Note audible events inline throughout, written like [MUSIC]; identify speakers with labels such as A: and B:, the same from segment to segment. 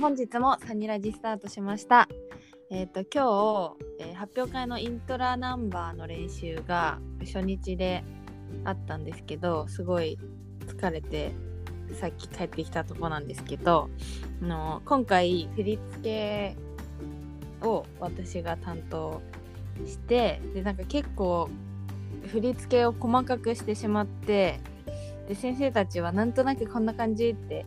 A: 本日もサニラジスタートしました。えっ、と今日、えー発表会のイントラナンバーの練習が初日であったんですけど、すごい疲れてさっき帰ってきたとこなんですけど、あの今回振り付けを私が担当してでなんか結構振り付けを細かくしてしまってで先生たちはなんとなくこんな感じって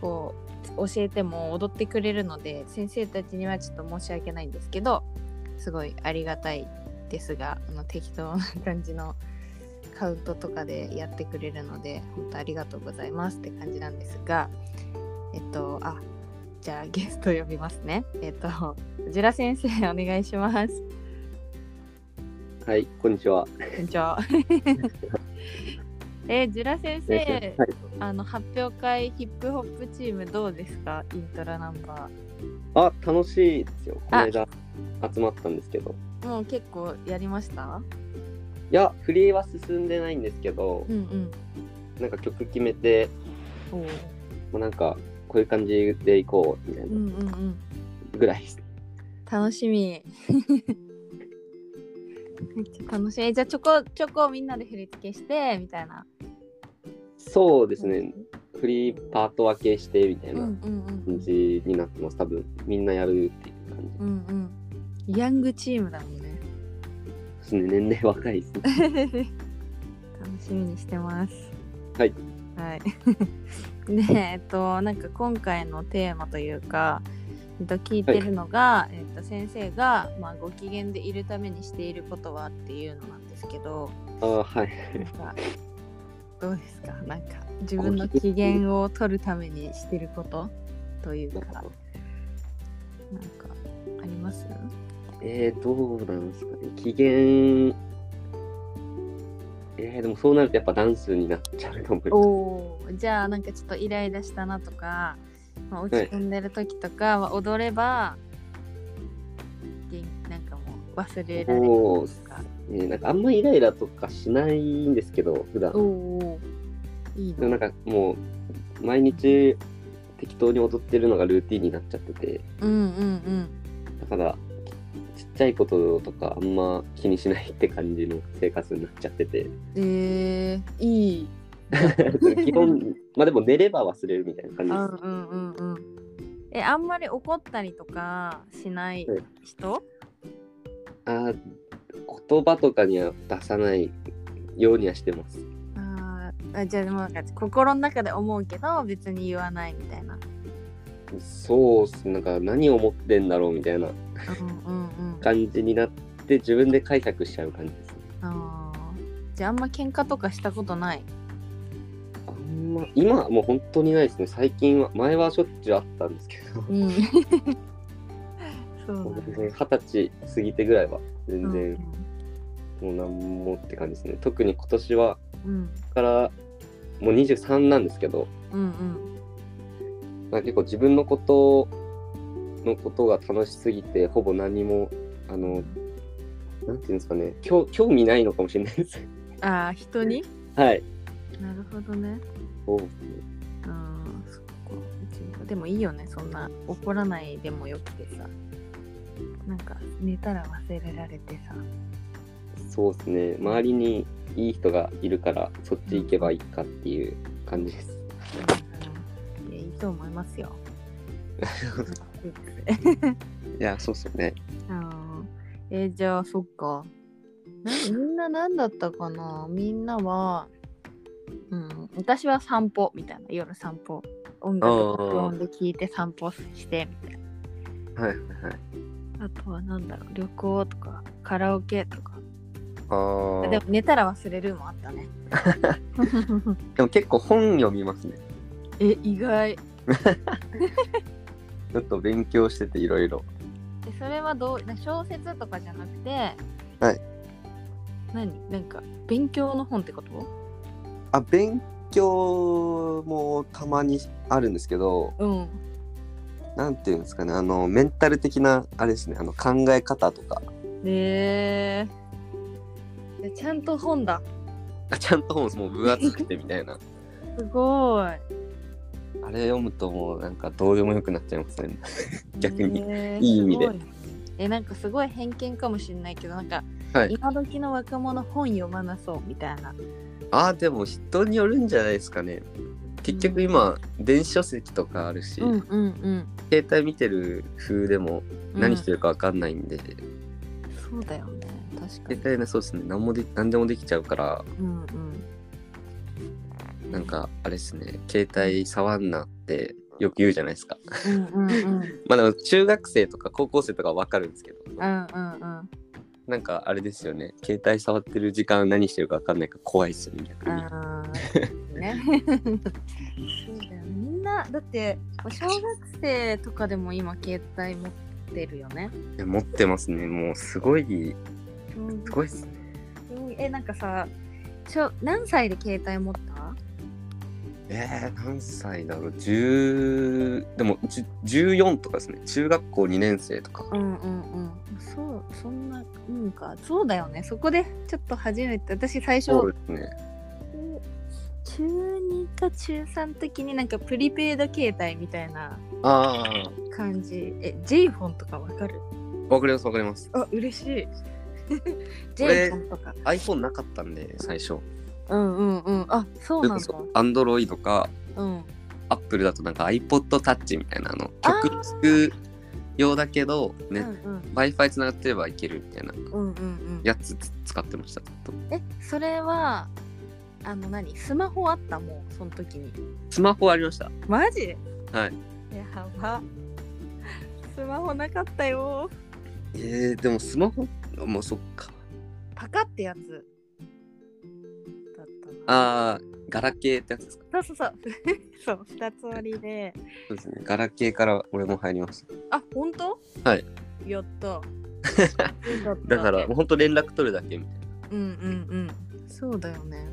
A: こう教えても踊ってくれるので先生たちにはちょっと申し訳ないんですけどすごいありがたいですがあの適当な感じの [LAUGHS] カウントとかでやってくれるので本当ありがとうございますって感じなんですがえっとあじゃあゲスト呼びますねえっとジュラ先生お願いします
B: はい、こんにちは。
A: こんにちは。 [LAUGHS] えー、ジュラ先
B: いらっしゃい
A: 生、
B: はい、
A: あの発表会ヒップホップチームどうですか？イントラナンバ
B: あ、楽しいですよ。この
A: あ
B: 間集まったんですけど。
A: ー。もう結構やりました？
B: いや、フリーは進んでないんですけど
A: う、ん
B: なんか曲決めて、
A: うん。お
B: もうなんかこういう感じでいこうみたい
A: うんう
B: なん
A: うん。
B: ぐらいです。
A: 楽しみ。 [LAUGHS] めっちゃ楽しみ。えじゃあちょこちょこみんなで振り付けしてみたいな。
B: そうですね、フリーパート分けしてみたい
A: うんう
B: なん
A: う
B: 感
A: ん。
B: じになってます。多分みんなやるっていう感
A: うんうん。ヤングチームだもんね。
B: じですね。年齢若
A: [LAUGHS]
B: いですね。
A: 楽しみにしてます。
B: はい。
A: はい。 [LAUGHS] で、えっと、なんか今回のテーマというか、えっと、聞いてるのが、えっと、先生が、まあ、ご機嫌でいるためにしていることはっていうのなんですけど、
B: あーはい。
A: なんか、どうですかなんか、自分の機嫌を取るためにしてることというか、なんか、あります
B: えー、どうなんですかね。機嫌。えー、でもそうなるとやっぱダンスになっちゃうかも。
A: おーじゃあなんかちょっとイライラしたなとか、まあ、落ち込んでる時とかは踊れば、元気なんかもう忘れられる
B: お
A: と
B: ー
A: か
B: えーなんかあんまイライラとかしないんですけど普段
A: おおーいい
B: でも
A: の
B: なんかもう毎日適当に踊ってるのがルーティンになっちゃってて
A: うんうん
B: だからちっちゃいこととかあんま気にしないって感じの生活になっちゃっ
A: [LAUGHS]
B: てて
A: うんえー、いい
B: 基本まあでも寝れば忘れるみたいな
A: うん
B: 感じで
A: うんうんうんえあんまり怒ったりとかしない
B: はい
A: 人、
B: すあー言葉とかには出さないようにはしてます
A: あーあじゃあでもなんか心の中で思うけど別に言わないみた
B: [LAUGHS]
A: いな
B: そうっすなんか何を思ってんだろうみたいな
A: うんうんうん
B: 感じになって自分で解釈しちゃう感じですね
A: あーじゃああんま喧嘩とかしたことない
B: あんま今はもう本当にないですね最近は前はしょっちゅうあったんですけど
A: うんそうなんだ
B: 全然二十歳過ぎてぐらいは全
A: うん
B: 然もうなんもって感じですね特に今年は
A: うん
B: からもう23なんですけど
A: うん
B: なんか結構自分のことのことが楽しすぎてほぼ何もあ
A: う
B: の
A: ん
B: なんていうんですかね興興味ないのかもしれないです
A: ああ人に
B: [LAUGHS] はい
A: なるほどね
B: そう
A: うんそっかうちもでもいいよねそんな怒らないでもよくてさなんか寝たら忘れられてさ
B: そうですね周りにいい人がいるからそっち行けばいいかっていう感じです
A: うんいやいいと思いますよ
B: いやそうっすよね
A: あーえーじゃあそっかなみんな何だったかなみんなは、うん、私は散歩みたいな夜散歩音楽録音で聞いて散歩してみたい
B: はいはいはい
A: なあとは何だろう旅行とかカラオケとか
B: あー
A: でも寝たら忘れるもあ
B: [LAUGHS]
A: ったね
B: でも結構本読みますね。
A: え意外え
B: ちょっと勉強してていろいろ。
A: それはどうな小説とかじゃなくて
B: はい
A: 何なんか勉強の本ってこと
B: あ勉強もたまにあるんですけど
A: うん
B: なんていうんですかねあのメンタル的なあれですねあの考え方とか
A: へえー。ちゃんと本だ。
B: あちゃんと本もう分厚くてみたいな
A: すごい。
B: [LAUGHS] あれ読むともうなんかどうでもよくなっちゃいま
A: [LAUGHS]
B: すね。逆に
A: へー
B: いい意味です
A: ごねえなんかすごい偏見かもしれないけどなんか、
B: はい
A: 今時の若者本読まなそうみたいな
B: ああ、でも人によるんじゃないですかね。結局今、電子書籍とかあるし、
A: うんうんうん
B: 携帯見てる風でも何してるかわかんないんで、
A: うんそうだよね確かに
B: 携帯ね、そうですね、何もで何でもできちゃうから、
A: うんうん
B: なんかあれですね、携帯触んなってよく言うじゃないですか。
A: うんうんうんうん
B: まあでも中学生とか高校生とかはわかるんですけど、
A: うん
B: なんかあれですよね、携帯触ってる時間何してるかわかんないから怖いですよね、逆に。
A: あーね
B: [LAUGHS]
A: そうだよねみんなだって小学生とかでも今携帯持ってるよね
B: いや持ってますね、もうすごい、すごいですね。
A: えなんかさ小何歳で携帯持った
B: えー、何歳だろう10でも10 14とかですね中学校2年生とか
A: うんうんうんそうそんなうんかそうだよねそこでちょっと初めて私最初
B: そうですね
A: 中2か中3の時になんかプリペイド携帯みたいな
B: ああ
A: 感じえ J フォンとかわかる
B: わかりますわかります
A: あ嬉しい [LAUGHS] J
B: 俺
A: フォンとか
B: iPhone なかったんで最初
A: うんうんうんあそうなんだ
B: アンドロイドか
A: うん
B: アップルだとなんか iPodTouch みたいなあの
A: あー
B: 曲聴く用だけど
A: う
B: ね、
A: んうん
B: w i f i つながってればいけるみたいな
A: うんうんうん
B: やつつ使ってましたずっと
A: えそれはあの何スマホあったもうその時に
B: スマホありました
A: マジ
B: はい
A: やばスマホなかったよ
B: えー、でもスマホもうそっか
A: パカってやつだったな
B: ああガラケーってやつですか
A: そうそうそう [LAUGHS] そう二つ折りで
B: そうですねガラケーから俺も入りました
A: あ本当
B: はい
A: やった
B: [LAUGHS]
A: やった
B: だからもうほんと連絡取るだけみた
A: う
B: い
A: んうんうんそうだよね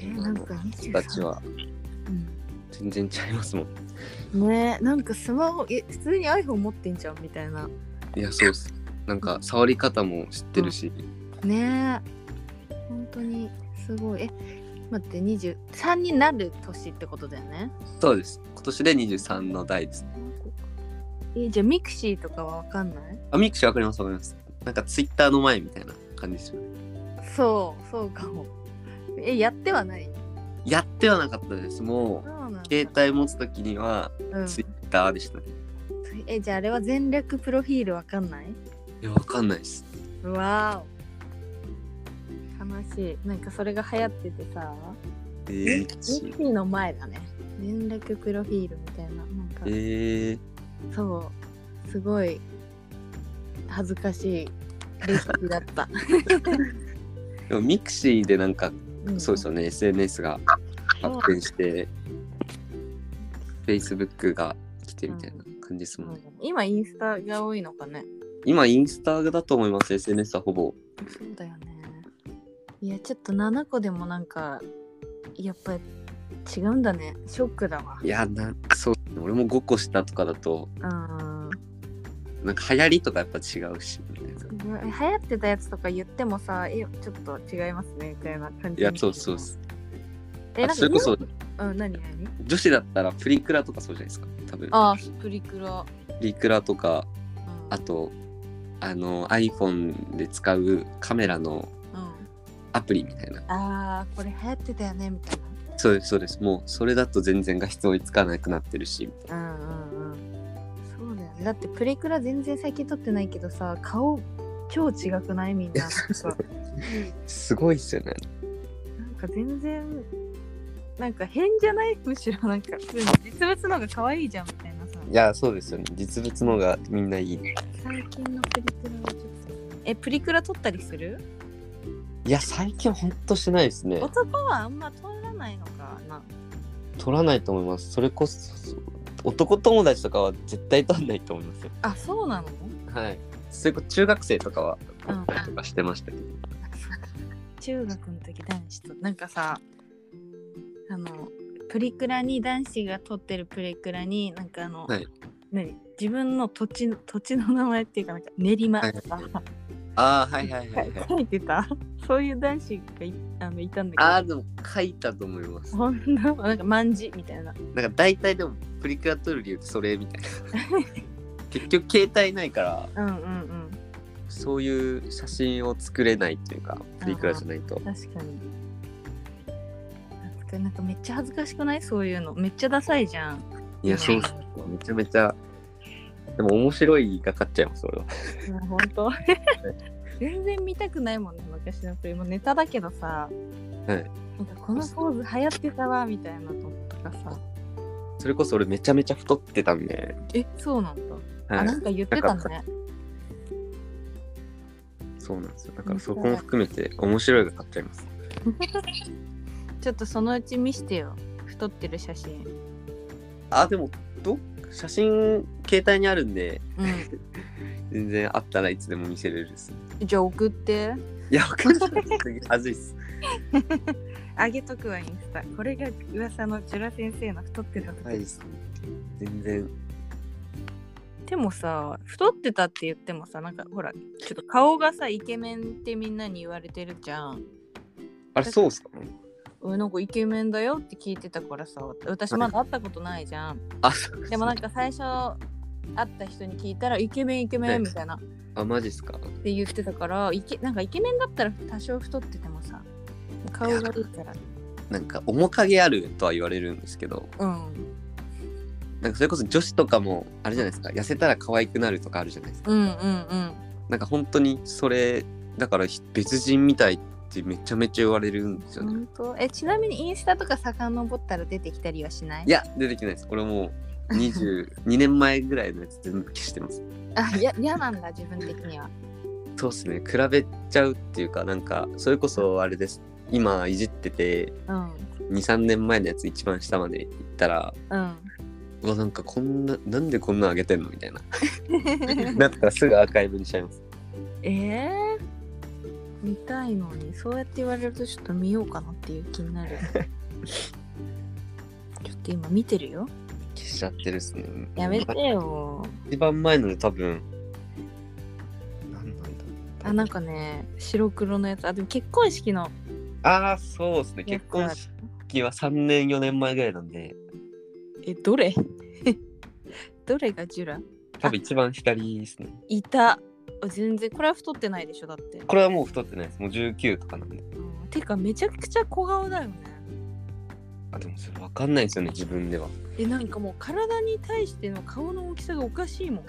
A: え
B: な。
A: なんか
B: あの
A: 23
B: 人たちは
A: うん
B: 全然ちゃいますもん。
A: ねなんかスマホえ普通に iPhone 持ってんじゃんみたいない
B: やそうっす。なんか触り方も知ってるし、
A: ねえ本当にすごいえ待って23になる年ってことだよね
B: そうです。今年で23の代です。
A: えじゃあミクシーとかはわかんない
B: あミクシーわかりますわかります。なんかツイッターの前みたいな感じですよね。
A: そうそうかもえやってはない
B: やってはなかったです。も
A: そうなんだ
B: う携帯持つ時には
A: うん
B: ツイッターでしたね。
A: えじゃああれは全略プロフィールわかんない
B: いやわかんないです。
A: うわーお悲しいなんかそれが流行っててさ
B: え
A: ミ
B: ー、ミ
A: ク
B: ク
A: シ
B: シ
A: ー
B: ー。
A: の前だね全略プロフィールみたいななんか
B: えー、
A: そうすごい恥ずかしいレシピだ [LAUGHS] った、
B: でもミクシーでなんか、そうです
A: よ
B: よね SNS が発展して、Facebook が来てみたいな感じですもんね。
A: 今インスタが多いのかね
B: 今インスタだと思います SNS はほぼ
A: そうだよねいやちょっと7個でもなんかやっぱ違うんだねショックだわ
B: いやなそう俺も5個下とかだと
A: うん
B: なんか流行りとかやっぱ違うしみたいな
A: 流行ってたやつとか言ってもさえちょっと違いますねみたいな感
B: い
A: じ
B: やそうそうそう
A: えな
B: あ
A: んか
B: それこそ
A: うん何何
B: 女子だったらプリクラとかそうじゃないですか多分
A: あープリクラ、
B: プリクラとか
A: うん、
B: あとあの iPhone で使うカメラの
A: う、
B: アプリみたいなん
A: あーこれ流行ってたよねみたいな
B: そうですそうですもうそれだと全然画質追いつかなくなってるしみたいな
A: うんうんうんそうだよねだってプリクラ全然最近撮ってないけどさ顔超違くないみん
B: [LAUGHS]
A: ななんか
B: すごいっすよね
A: なんか全然なんか変じゃないむしろなんか普通に実物の方が可愛いじゃんみたいなさ
B: いやそうですよね実物の方がみんないい
A: 最近のプリクラはちょっとえプリクラ撮ったりする
B: いや最近ほんとしないですね
A: 男はあんま撮らないのかな
B: 取らないと思いますそれこそ男友達とかは絶対取らないと思いますよ
A: あそうなの
B: はいそれこそ中学生とかは
A: うん
B: とかしてましたけど、
A: 中学の時男子となんかさあのプリクラに男子が撮ってるプリクラになんかあの、
B: はい
A: 何自分の土地の土地の名前っていうかなんか練馬とか
B: ああはいはいはいはい
A: 書いてた [LAUGHS] そういう男子がいあのいたん
B: あ
A: だ
B: あ、でも書いたと思いま
A: け
B: す
A: ど。。ほんななんか万字みたいな。
B: なんか大体でもプリクラ撮る理由ってそれみたいな。結局携帯ないから、
A: うんうんうん。
B: そういう写真を作れないっていうか、プリクラじゃないと。
A: 確かに。なんかなんかめっちゃ恥ずかしくないそういうの。めっちゃダサいじゃん。
B: いや、そうっすめちゃめちゃ、でも面白いがかっちゃいます、俺は。
A: いや本当全然見たくないもんね昔のプリもうネタだけどさ、
B: はい
A: なんかこのポーズ流行ってたわみたいなのとかさ
B: それこそ俺めちゃめちゃ太ってたんで、
A: えそうなんだ、
B: は
A: あ
B: い
A: なんか言ってたね
B: そうなんですよ。だからそこも含めて面白いが買っちゃいます。
A: ちょっとそのうち見してよ太ってる写真
B: あ、でも、ど写真、携帯にあるんで、
A: う
B: 全然あったらいつでも見せれるです。
A: ん [LAUGHS] じゃあ送って
B: いや、わかんない。恥ずいっす。
A: あげとくわインスタこれが噂のジュラ先生の太ってた時、
B: はいっす。全然。
A: でもさ太ってたって言ってもさなんかほらちょっと顔がさイケメンってみんなに言われてるじゃん
B: あれ、そうっすか
A: うんなんかイケメンだよって聞いてたからさ私まだ会ったことないじゃん
B: あ、そうっす
A: でもなんか最初会った人に聞いたらイケメンイケメンみたいなっ
B: あ、マジっすか
A: て言ってたからイケなんかイケメンだったら多少太っててもさ顔がいいから
B: なんか、面影あるとは言われるんですけど、
A: うん
B: なんか、それこそ女子とかも、あれじゃないですか、痩せたら可愛くなるとかあるじゃないですか。
A: うんうんうん
B: なんか、本当にそれ、だから、ひ別人みたいってめちゃめちゃ言われるんですよね。
A: 本当えちなみにインスタとか遡ったら出てきたりはしない
B: いや、出てきないです。これもう、22年前ぐらいのやつ全部消してます。
A: あいや嫌なんだ自分的には
B: そうですね比べちゃうっていうかなんかそれこそあれです今いじってて
A: うん
B: 23年前のやつ一番下まで行ったら
A: [LAUGHS] うん
B: うわなんかこんななんでこんな上げてんのみたいな [LAUGHS] なったらすぐアーカイブにしちゃいます
A: えー、見たいのにそうやって言われるとちょっと見ようかなっていう気にな
B: [LAUGHS]
A: るちょっと今見てるよ
B: 消しちゃってるっすね
A: やめてよ
B: 一番前ので多分なんなんだ
A: あなんかね白黒のやつあでも結婚式の
B: あーそうですね結婚式は3年4年前ぐらいなんで
A: えどれ [LAUGHS] どれがジュラ
B: 多分一番左ですね
A: いたあ全然これは太ってないでしょだって、
B: これはもう太ってないですもう19とかなんで
A: うんてかめちゃくちゃ小顔だよね
B: あでもそれ分かんないですよね自分では
A: えなんかもう体に対しての顔の大きさがおかしい [LAUGHS] もん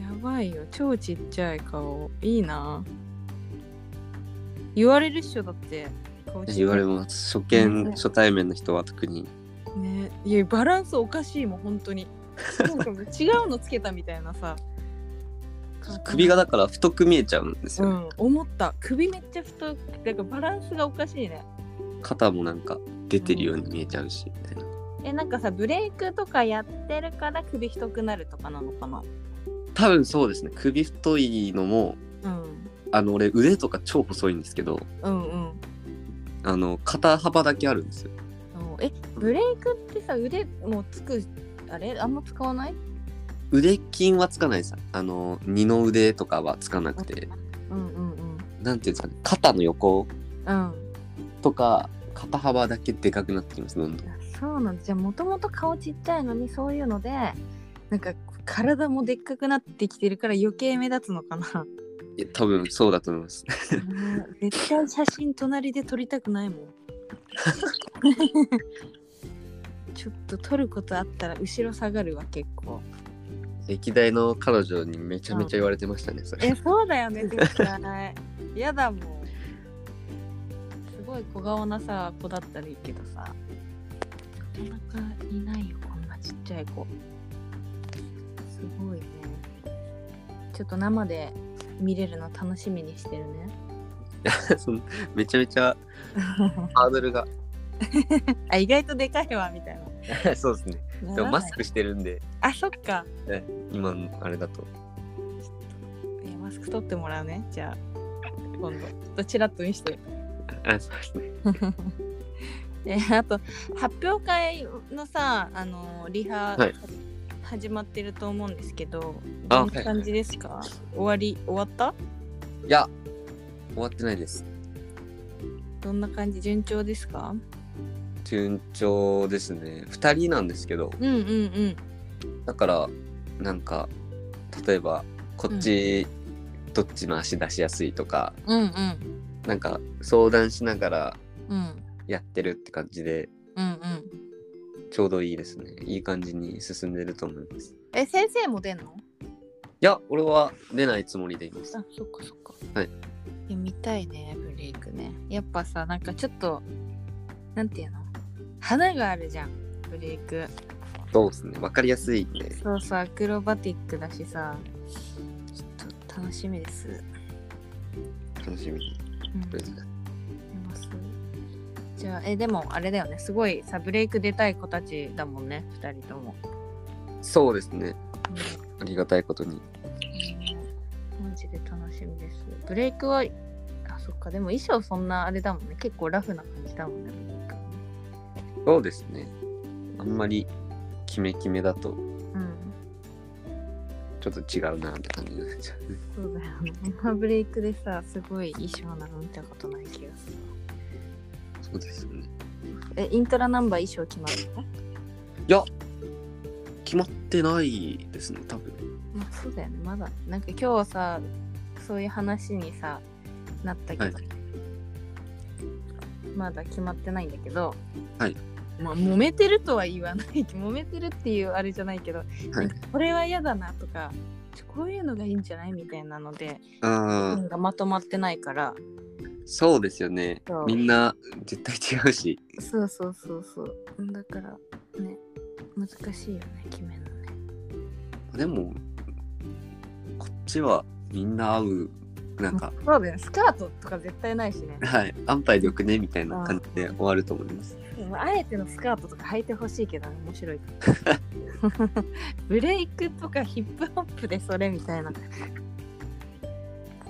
A: やばいよ超ちっちゃい顔いいな言われるっしょだって顔ちっちゃい
B: 言われます初
A: うん
B: 見初対面の人は特に
A: ねいやバランスおかしいもん本当になんかもう違うのつけたみたいな
B: [LAUGHS]
A: さ
B: 首がだから太く見えちゃうんです
A: う
B: よ、
A: ん思った首めっちゃ太くてなんかバランスがおかしいね
B: 肩もなんか出てるように見えちゃうしみたいな
A: えなんかさブレイクとかやってるから首太くなるとかなのかな
B: 多分そうですね首太いのも
A: うん
B: あの俺腕とか超細いんですけど
A: うんうん
B: あの肩幅だけあるんですよ
A: そうえブレイクってさ腕もうつくあれあんま使わない
B: 腕筋はつかないですあの二の腕とかはつかなくて
A: うんうんうん
B: なんていうんですかね肩の横
A: うん
B: とか肩幅だけでかくなってきますどんどん
A: そうなんだじゃあもともと顔ちっちゃいのにそういうのでなんか体もでっかくなってきてるから余計目立つのかな
B: いや多分そうだと思います [LAUGHS]
A: うん絶対写真隣で撮りたくない [LAUGHS] もんちょっと撮ることあったら後ろ下がるわ結構
B: 歴代の彼女にめちゃめちゃ言われてましたね [LAUGHS] それ
A: えそうだよね絶対嫌だもんすごい小顔なさ子だったらいいけどさなかなかいないよこんなちっちゃい子すごいねちょっと生で見れるの楽しみに
B: [LAUGHS]
A: してるね
B: そのめちゃめちゃハードルが [LAUGHS]
A: あ意外とでかいわみたいな
B: そうですねでもマスクしてるんで
A: あそっか
B: 今のあれだと
A: いやマスク取ってもらうねじゃあ今度ちょっとチラッと見して
B: あそうですね
A: [LAUGHS] であと発表会のさあのリハ、
B: はい
A: 始まってると思うんですけど
B: あ
A: どんな感じですか、終わり終わった
B: いや、終わってないです。
A: どんな感じ順調ですか
B: 順調ですね。2人なんですけど、
A: うんうんうん
B: だから、なんか、例えば、こっち、どっちの足出しやすいとか、
A: うんうん
B: なんか、相談しながら
A: うん
B: やってるって感じで、
A: うんうん
B: ちょうどいいですね。いい感じに進んでると思います。い
A: え先生も出んの
B: や、俺は出ないつもりでいます。
A: あそっかそっか
B: はい
A: いや見たいねブレイクねやっぱさなんかちょっとなんていうの花があるじゃんブレイク
B: そうですね。わかりやすいんで。
A: そうそうアクロバティックだしさちょっと楽しみです、
B: 楽しみに。
A: うん
B: ですね。
A: ますじゃあえでもあれだよねすごいさブレイク出たい子たちだもんね2人とも、
B: そうですね。ありがたいことに。
A: マジで楽しみですブレイクはあそっかでも衣装そんなあれだもんね結構ラフな感じだもんねブレイク
B: そうですね。あんまり、キメキメだと、
A: うん
B: ちょっと違うなって感じになっちゃう。
A: そうだよね今ブレイクでさすごい衣装なの見たことない気がする
B: そうですよね。
A: えイントラナンバー衣装決まった
B: いや、決まってないですね、多分。
A: まあそうだよねまだなんか今日はさそういう話にさなったけど、
B: はい
A: まだ決まってないんだけど、
B: はい
A: まあ揉めてるとは言わない [LAUGHS] 揉めてるっていうあれじゃないけど、なんかこれは嫌だなとかちょこういうのがいいんじゃないみたいなので、
B: あ
A: な
B: あ、
A: んかまとまってないから
B: そうですよね
A: そ。う
B: みんな、絶対違うし。 [LAUGHS]
A: そうそうそうそうだからね難しいよね決めるのね
B: でも、こっちは、みんな合う、なん
A: [LAUGHS]
B: か、
A: そうだよねスカートとか絶対ないしね
B: はい、安牌でよくね、みたいな感じで終わると思います。
A: でもあえてのスカートとか履いてほしいけどね面白いから [LAUGHS] ブレイクとかヒップホップでそれみたいな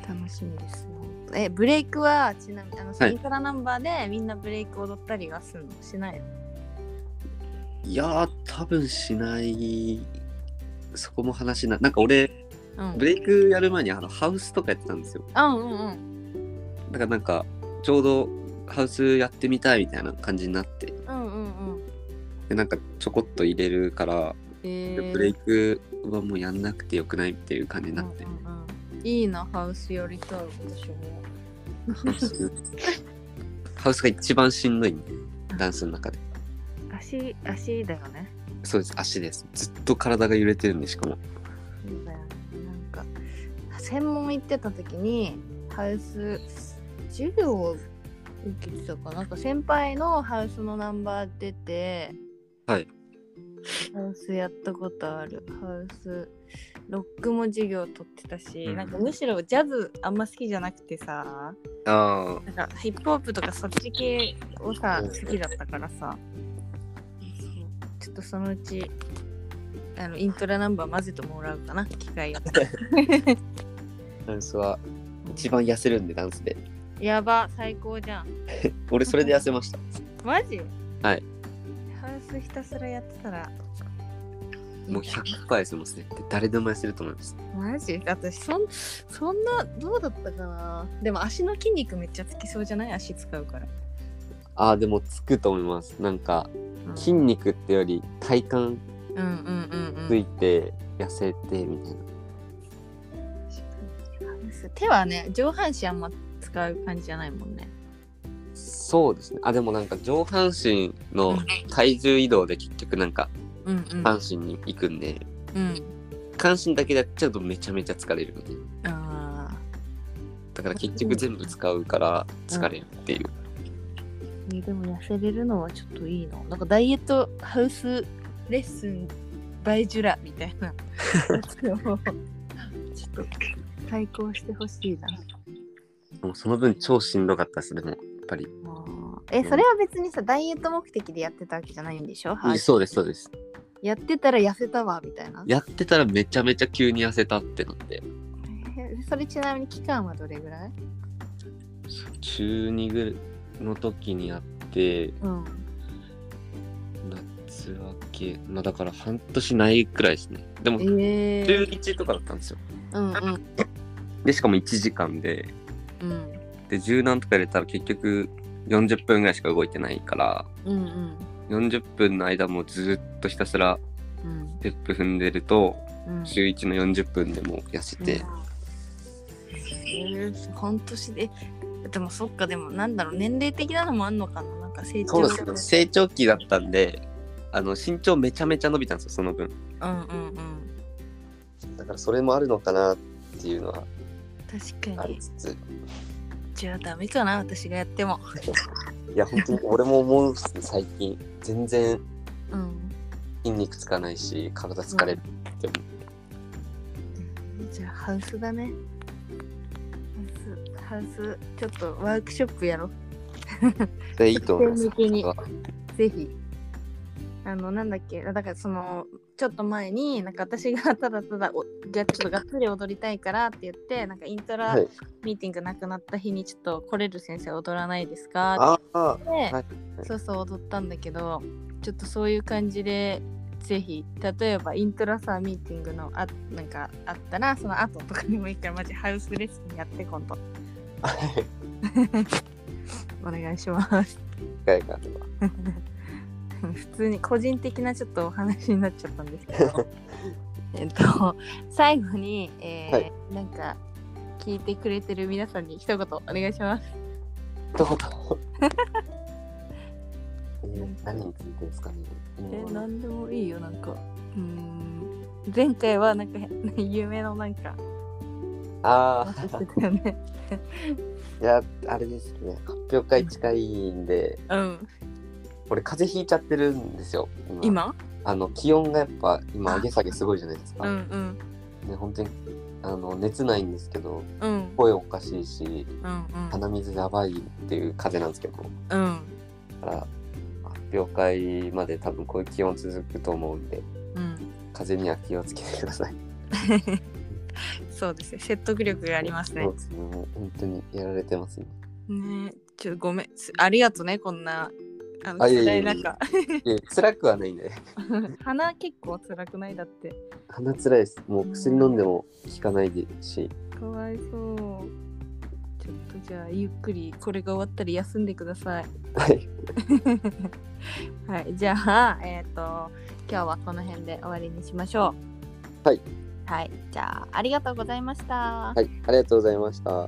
A: 楽しみですよえブレイクはちなみにあの
B: はい
A: イントラナンバーでみんなブレイク踊ったりはするのしないの
B: いやー、多分しない。そこも話しない。なんか俺、
A: うん
B: ブレイクやる前にあのハウスとかやってたんですよ。
A: うんうんうん
B: だからなんか、ちょうどハウスやってみたいみたいな感じになって、
A: うんうんうん
B: でなんかちょこっと入れるから、
A: えー
B: ブレイクはもうやんなくてよくないっていう感じになって、
A: うんうんうんいいなハウス寄り添う私も
B: ハウスハウスが一番しんどいんで、ダンスの中で。
A: 足足だよね
B: そうです、足です。ずっと体が揺れてるんで、しかも。
A: そうだよねなんか専門行ってた時にハウス授業を受けてたかななんか先輩のハウスのナンバー出て
B: はい
A: ハウスやったことあるハウスロックも授業取ってたし、
B: うん
A: なんかむしろジャズあんま好きじゃなくてさ
B: あ
A: なんかヒップホップとかそっち系をさ
B: うん
A: 好きだったからさちょっとそのうちあのイントラナンバー混ぜてもらうかな機会
B: [LAUGHS]
A: を
B: あ、ダンスは一番痩せるんで、ダンスで。
A: やば最高じゃん
B: 俺、それで痩せました。
A: マジ
B: はい
A: ハウスひたすらやってたら
B: もう100%痩せますね。で誰でも痩せると思います。
A: マジ私そんそんなどうだったかなでも足の筋肉めっちゃつきそうじゃない足使うから、
B: ああ、でもつくと思います。なんか、
A: うん
B: 筋肉ってより体幹
A: うんうんうんう
B: つ
A: ん
B: いて痩せてみたいな。
A: 手はね上半身あんま使う感じじゃないもんね
B: そうですね。あ、でもなんか上半身の体重移動で結局なんか
A: うんうん
B: 半身に行くんで、
A: うん
B: 下半身だけでやっちゃうとめちゃめちゃ疲れるみたいな。
A: あ
B: だから結局全部使うから疲れるっていう。
A: ーでも痩せれるのはちょっといいのなんかダイエットハウスレッスンバイジュラみたいなやつをちょっと対抗してほしいな
B: もうその分超しんどかったです、でも。やっぱり。
A: えそれは別にさダイエット目的でやってたわけじゃないんでしょ、はい、
B: そうです、そうです。
A: やってたら痩せたわみたいな
B: やってたらめちゃめちゃ急に痩せたってなって。
A: えそれちなみに期間はどれぐらい
B: 中2ぐらいの時にやって、
A: うん
B: 夏夏明け、まあだから半年ないくらいですね。でも、
A: えー、
B: 11とかだったんですよ。
A: うんうん
B: で、しかも1時間で、
A: うん
B: で、柔軟とか入れたら結局40分ぐらいしか動いてないから、
A: うんうん
B: 40分の間もずっとひたすら
A: うん
B: ステップ踏んでると、
A: うん
B: 週1の40分でも痩せて、
A: えー、半年ででもそっかでもなんだろう年齢的なのもあんのかななんか成長
B: そうですね。成長期だったんで、あの、身長めちゃめちゃ伸びたんですよ、その分。
A: うんうんうん
B: だからそれもあるのかなっていうのは
A: 確
B: あ
A: か
B: り
A: に
B: つつ、
A: じゃあダメかな私がやっても
B: いや、本当に俺も思うっすね、最近。全然
A: うん
B: 筋肉つかないし、体疲れる。
A: じゃあハウスだねハウスハウスちょっとワークショップやろう
B: で、いいと思います。
A: 向けに
B: 僕は
A: ぜひあのなんだっけだからそのちょっと前になんか私がただただおじゃちょっとがっつり踊りたいからって言ってなんかイントラ
B: はい。
A: ミーティングなくなった日にちょっと来れる先生踊らないですか
B: ああ
A: っ、て言って、
B: はい
A: そうそう踊ったんだけどちょっとそういう感じでぜひ例えばイントラさミーティングのあなんかあったらその後とかにもいいからマジハウスレッスンやって今度
B: はい。
A: お願いします
B: 外貨
A: 普通に個人的なちょっとお話になっちゃったんですけどえっと最後に、えー
B: はい
A: なんか聞いてくれてる皆さんに一言お願いします
B: どうぞ。えー何についてですかね。
A: え
B: うん
A: 何でもいいよなんかうーん前回はなんか [LAUGHS] 夢のなんか
B: あ
A: 話してたよね
B: あ、いや、あれですね。発表会近いんで、
A: [LAUGHS] うん
B: 俺風邪ひいちゃってるんですよ。
A: 今
B: あの気温がやっぱ今上げ下げすごいじゃないですか。
A: うんうん
B: ね本当にあの熱ないんですけど
A: うん
B: 声おかしいし
A: うんうん
B: 鼻水やばいっていう風邪なんですけ
A: う
B: ど
A: ん
B: だから発表会まで多分こういう気温続くと思うんで
A: うん
B: 風邪には気をつけてください。
A: そうですね説得力がありますね
B: そうですねもう本当にやられてますね。
A: ねちょっとごめんすありがとうねこんなあの
B: あいえいえ
A: 辛い中 [LAUGHS]
B: いや辛くはないんで
A: 鼻結構辛くないだって
B: 鼻辛いです。もう薬飲んでも効かないですし
A: かわいそうちょっとじゃあゆっくりこれが終わったら休んでください
B: はい
A: はい、じゃあ、 [LAUGHS] えっ、と、今日はこの辺で終わりにしましょう。
B: はい。
A: はい、じゃあ、ありがとうございました。
B: はいありがとうございました。